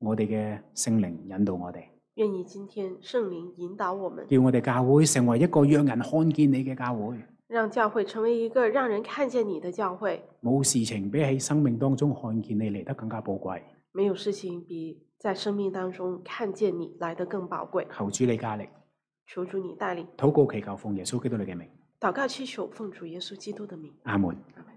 Speaker 1: 我哋嘅聖靈引導我哋，
Speaker 2: 愿意今天圣灵引导我们，
Speaker 1: 叫我哋教會成為一個讓人看見你嘅教會，
Speaker 2: 让教会成为一个让人看见你的教会。
Speaker 1: 冇事情比喺生命當中看見你嚟得更加寶貴。
Speaker 2: 没有事情比在生命当中看见你来得更宝贵。
Speaker 1: 求主你加力，
Speaker 2: 求主你带领，
Speaker 1: 禱告祈求奉耶穌基督你嘅名，
Speaker 2: 祷告祈求，奉主耶稣基督的名，
Speaker 1: 阿門。
Speaker 2: 阿门。